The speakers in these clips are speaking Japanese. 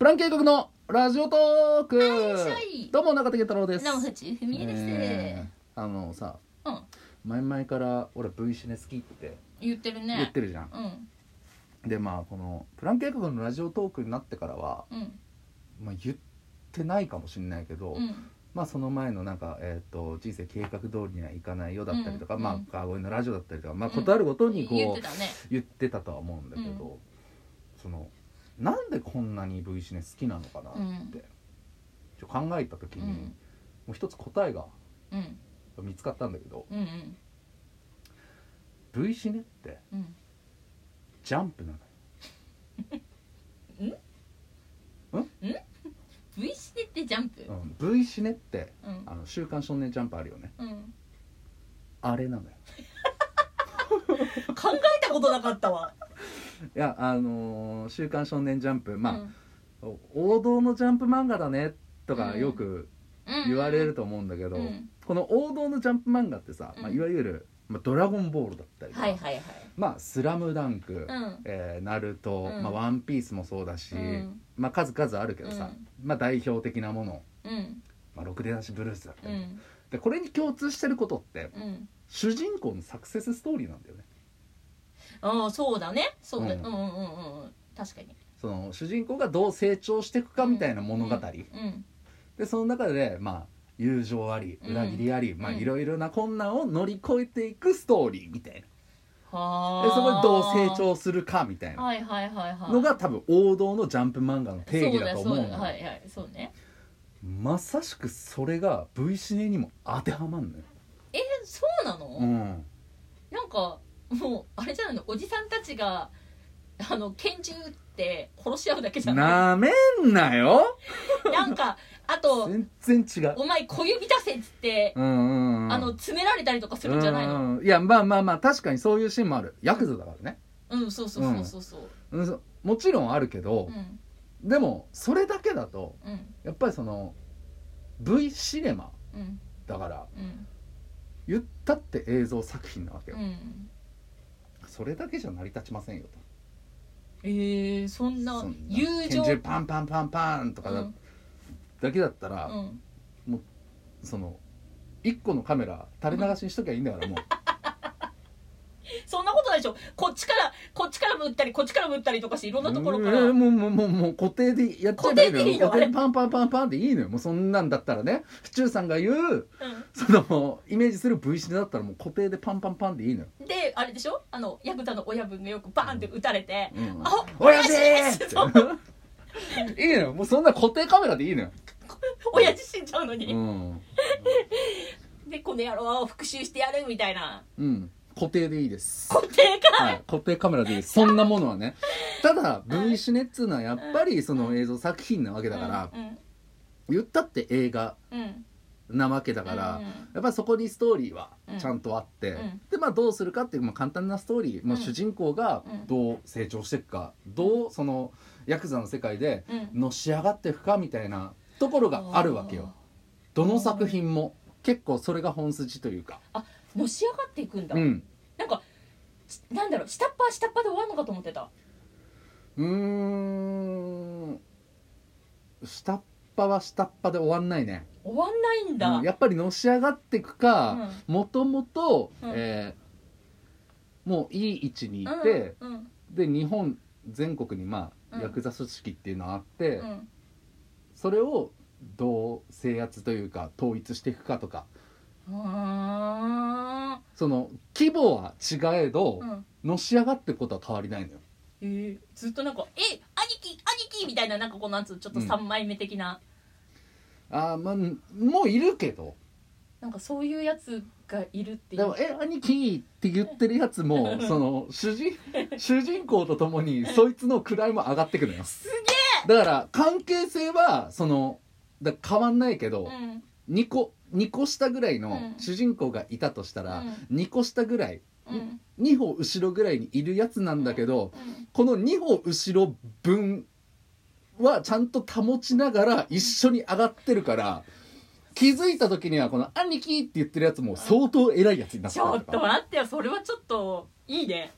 ラン計画のラジオトークはいどうも中田健太郎ですどうも藤井ふみえです、えーあのさうん前々から俺 V シネ好きって言ってるね言ってるじゃん、うんでまあこのプラン計画のラジオトークになってからは、うんまあ、言ってないかもしれないけど、うんまあその前のなんか、えー、と人生計画通りにはいかないよだったりとか、うんまうあん川越のラジオだったりとか、まあうんことあるごとにこう、言ってたね言ってたとは思うんだけど、そのなんでこんなに V シネ好きなのかなって、うんちょ考えた時に、うんもう一つ答えがうん見つかったんだけどうん V シネってうんジャンプなのよ V シネってジャンプうん、V シネってうんあの週刊少年ジャンプあるよねうんあれなのよ考えたことなかったわいやあのー週刊少年ジャンプ」うまんあ、王道のジャンプ漫画だねとかうんよくうん言われると思うんだけど、うんこの王道のジャンプ漫画ってさ、まあ、うんいわゆる「まあ、ドラゴンボール」だったりとか、はいはいはいまあ「スラムダンク、うんえーナルト」うんまあ「ワンピースもそうだし、うんまあ、数々あるけどさ、まあ、代表的なもの、うんまあ、ろくでなしブルースだったうり、んでこれに共通してることってうん主人公のサクセスストーリーなんだよねああそうだねそうだううんんうんうんうん確かにその主人公がどう成長していくかみたいな物語、うんでその中でまあ友情ありうん裏切りあり、まあうんいろいろな困難を乗り越えていくストーリーみたいなはあでそこでどう成長するかみたいなはいはいはいはいのが多分王道のジャンプ漫画の定義だと思うそのうだそうだはいはいそうねまさしくそれが V シネにも当てはまんのよ、えそうなの、うん、なんかもうあれじゃないのおじさんたちがあの拳銃って殺し合うだけじゃななめんなよいなんかあと全然違うお前小指出せっつって、うんうんうんあの詰められたりとかするんじゃないのうんうんいやまあまあまあ確かにそういうシーンもあるヤクザだからね、うん、そうそうそうそうそううんそもちろんあるけどう、んでもそれだけだとうんやっぱりその V シネマうんだからうん言ったって映像作品なわけうよ、んそれだけじゃ成り立ちませんよとえー、そんなそんな友情拳銃パンパンパンパンとかだ,、うんだけだったら、うんその1個のカメラ垂れ流しにしときゃいいんだからもうそんなことないでしょこっちからこっちからも撃ったりこっちからも撃ったりとかしていろんなところかえーらもうもうもうもう固定でやっちゃえばいいの固定でいいよの固定であれパンパンパンパンでいいのよもうそんなんだったらね府中さんが言ううそのイメージする V シネだったらもう固定でパンパンパンでいいのよ、んであれでしょあのヤクザの親分がよくバーンって撃たれて、うんあ親父親父っていいのよもうそんな固定カメラでいいのよ、 親父死んじゃうのに、うんでこの野郎を復讐してやるみたいなうん、固定でいいです固定かはい、固定カメラでいいですそんなものはねただ V シネっつうのはやっぱりその映像作品なわけだから うん言ったって映画うんなわけだから、うんやっぱりそこにストーリーはうんちゃんとあって、うんでまあどうするかっていう、まあ、簡単なストーリー、まあ、うん主人公がうんどう成長していくか、どうそのヤクザの世界でうんのし上がっていくかみたいなところがあるわけよどの作品も結構それが本筋というかのし上がっていくんだ、うんなんかちなんだろう下っ端は下っ端で終わるのかと思ってたうーん下っ端は下っ端で終わんないね、終わんないんだ、うんやっぱりのし上がっていくかもともとうんえーもういい位置にいて、うんうんで日本全国にまあ、うんヤクザ組織っていうのはあって、うんそれをどう制圧というか統一していくかとかうーんその規模は違えど、うんのし上がっていくことは変わりないのよえーずっとなんか「え兄貴兄貴!」みたいななんかこのやつちょっと3枚目的な、あー、まあもういるけどなんかそういうやつがいるっていでもう「え兄貴」って言ってるやつもその主人主人公とともにそいつの位も上がってくのよすだから関係性はそのだ変わんないけげどえ、、うん2個2個下ぐらいのうん主人公がいたとしたら、2個下ぐらいうん2歩後ろぐらいにいるやつなんだけど、うん、この2歩後ろ分はちゃんと保ちながら一緒に上がってるから気づいた時にはこの「兄貴」って言ってるやつも相当偉いやつになってるちょとっとか待ってよそれはちょっといいね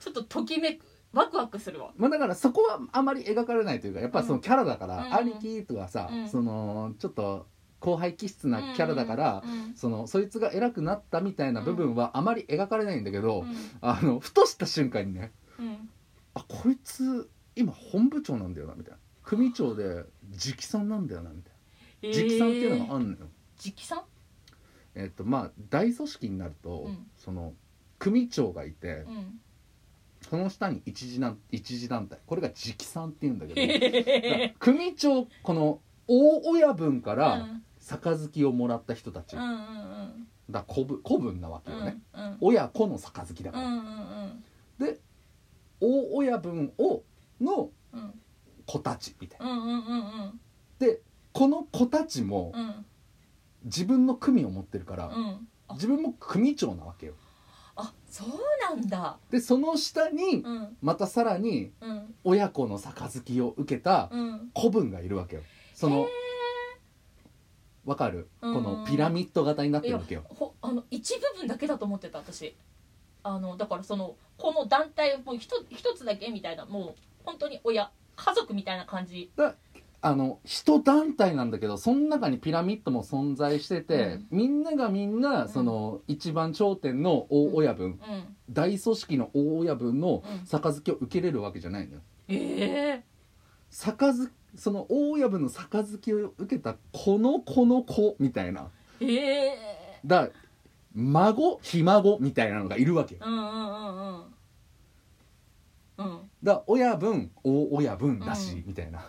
ちょっとときめくワクワクするわまあだからそこはあまり描かれないというかやっぱそのキャラだから、うん兄貴とかさ、うんそのちょっと後輩気質なキャラだから、うんそのそいつが偉くなったみたいな部分はあまり描かれないんだけど、うんあのふとした瞬間にねうんあこいつ今本部長なんだよなみたいな組長で直参なんだよなみたいな直参っていうのがあんのよ。直参えっとまあ大組織になると、うんその組長がいて、うんその下に一次団一次団体これが直参っていうんだけどへだからへ組長この大親分かうらん杯をもらった人たち、うんうんだ古分古文なわけうんよね、うん親子の杯だうから、んうん大親分をのうん子たちみたいなうんうんうんうんでこの子たちもうん自分の組を持ってるから、うんあ自分も組長なわけよあそうなんだでその下にうんまたさらにうん親子の杯を受けたうん子分がいるわけよそのわかるこうんのピラミッド型になってるわけよほあの一部分だけだと思ってた私あのだからそのこの団体もうひと一つだけみたいなもう本当に親家族みたいな感じあの人団体なんだけどその中にピラミッドも存在してて、みんながみんなその一番頂点の大親分、うん大組織の大親分のうん杯を受けれるわけじゃないのよええ杯その大親分の杯を受けたこの子の子みたいなええだから孫ひ孫みたいなのがいるわけようんうんうんうんうんだから親分大親分だし、うんみたいな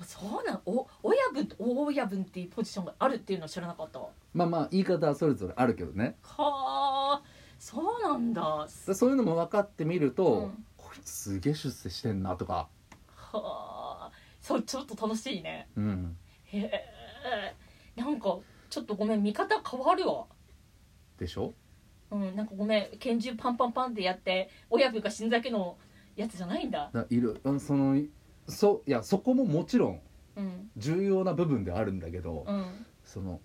あそうなんお親分と大親分っていうポジションがあるっていうのは知らなかったわまあまあ言い方はそれぞれあるけどねはあそうなんだはだそういうのも分かってみると、うんこいつすげえ出世してんなとか、あそうちょっと楽しいねうん、へえなんかちょっとごめん見方変わるわでしょうんなんかごめん拳銃パンパンパンってやって親分が死ぬだけのやつじゃないんだだいるうんそのそいやそこももちろんうん重要な部分ではあるんだけど、うんその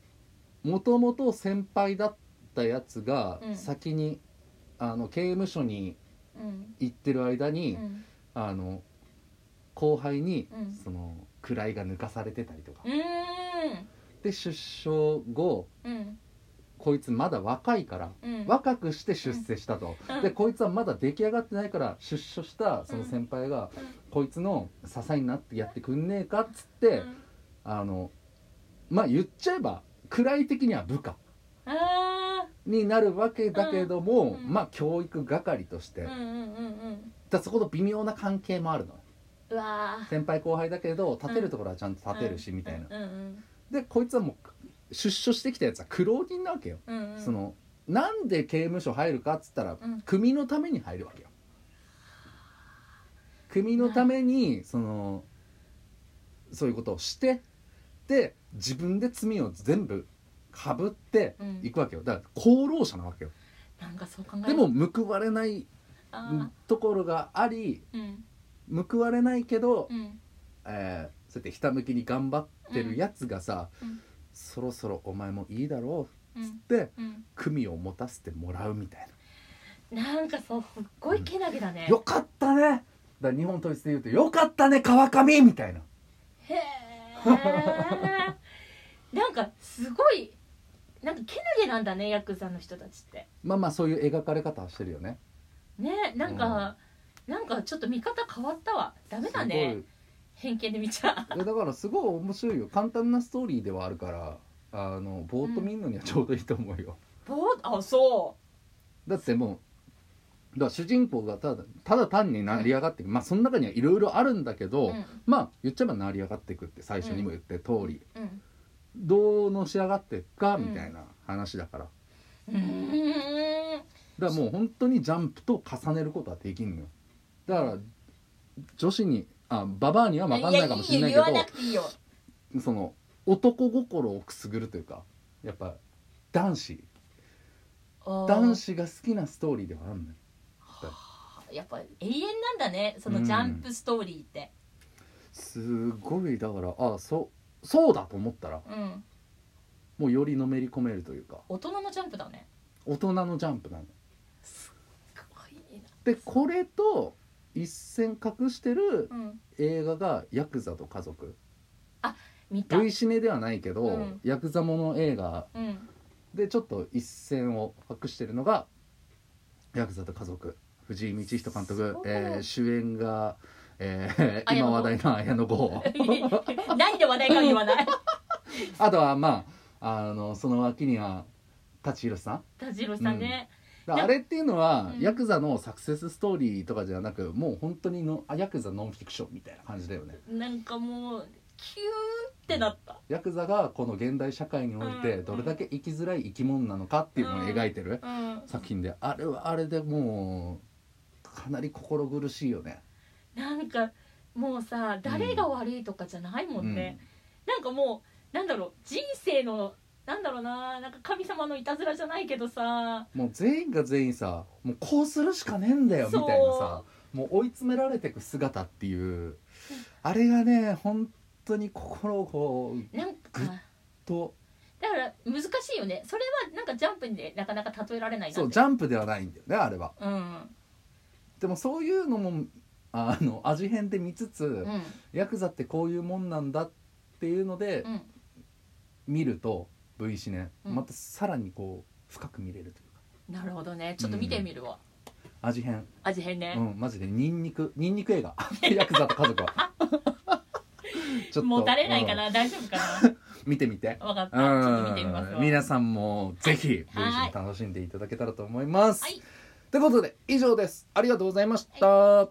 もともと先輩だったやつがうん先に、あの刑務所にうん行ってる間に、うんあの後輩に、うんその位が抜かされてたりとか、うーんで出所後うんこいつまだ若いからうん若くして出世したと、うんでこいつはまだ出来上がってないから出所したその先輩が、うんこいつの支えになってやってくんねえかっつって、うんあのまあ言っちゃえば位的には部下あになるわけだけども、うんまあ教育係として、ーうだかんうんうんうんらそこと微妙な関係もあるのようわ先輩後輩だけど立てるところはちゃんとー立てるし、みたいなうんうんでこいつはもう出所してきたやつは苦労人なわけよ、うんうんそのなんで刑務所入るかっつったら、うん組のために入るわけよ組のためにそのそういうことをしてで自分で罪を全部かぶってうんいくわけよだから功労者なわけよなんかそう考えでるも報われないあところがありーうん報われないけど、うんえーそうやってひたむきに頑張ってるやつがさ、うんうんそろそろお前もいいだろううっつっんてうん組を持たせてもらうみたいな。なんかそうすっごいけなげだねよかったねだから日本統一で言うと「よかったね川上」みたいなへえなんかすごいなんかけなげなんだねヤクザの人たちってまあまあそういう描かれ方はしてるよねねなんか、なんかちょっと見方変わったわダメだね偏見で見ちゃすごいえだからすごい面白いよ簡単なストーリーではあるからあのぼーっと見るのにはちょうどいいと思うよ、うぼーあそだってもうだから主人公がただただ単に成り上がっていく、まあその中にはいろいろあるんだけうど、うんまあ言っちゃえば成り上がっていくって最初にも言って通り、うんどうのし上がっていくかみたいな話だから、うーんだからもう本当にジャンプと重ねることはできんのよだから女子にあババアには分かんないかもしれないけやいいよ言わなどくていいよその男心をくすぐるというかやっぱ男子あー男子が好きなストーリーではあるのよやっぱ永遠なんだねそのジャンプストーリーってすごいだからあそうそうだと思ったらうん、もうよりのめり込めるというか大人のジャンプだね大人のジャンプなのすっごいなでこれと一線隠してるうん映画が「ヤクザと家族見」た V シネではないけど、うんヤクザもの映画うん でちょっと一線を隠してるのが「ヤクザと家族」藤井道人監督そう、えー主演が、えー 綾今野剛話題の綾野 剛何で話題か言わないあとはまああのその脇には舘ひろしさん田代さんね、だなあれっていうのは、うんヤクザのサクセスストーリーとかじゃなくもう本当にのあヤクザノンフィクションみたいな感じだよねなんかもうキューってなったヤクザがこの現代社会においてうんどれだけ生きづらい生き物なのかっていうのを描いてるうん作品であれはあれでもうかなり心苦しいよね。なんかもうさ誰が悪いとかじゃないもんね、なんかもうなんだろう人生のなんだろうななんか神様のいたずらじゃないけどさもう全員が全員さもうこうするしかねえんだよみそうたいなさもう追い詰められてく姿っていうあれがね本当に心をこうなんかぐっとだから難しいよねそれはなんかジャンプでなかなか例えられないなってそうジャンプではないんだよねあれは。うんでもそういうのもあの味変で見つつ、うんヤクザってこういうもんなんだっていうのでうん見ると V シネ、うんまたさらにこう深く見れるというかなるほどねちょっと見てみるわ、味変、味変ね、うんマジでニンニクニンニク映画 ヤクザと家族は ちもう垂れないかうんな、大丈夫かな見てみて分かったうちょっと見てみますんわ皆さんもぜひ V シはいネ楽しんでいただけたらと思いますはいということで以上ですありがとうございました、は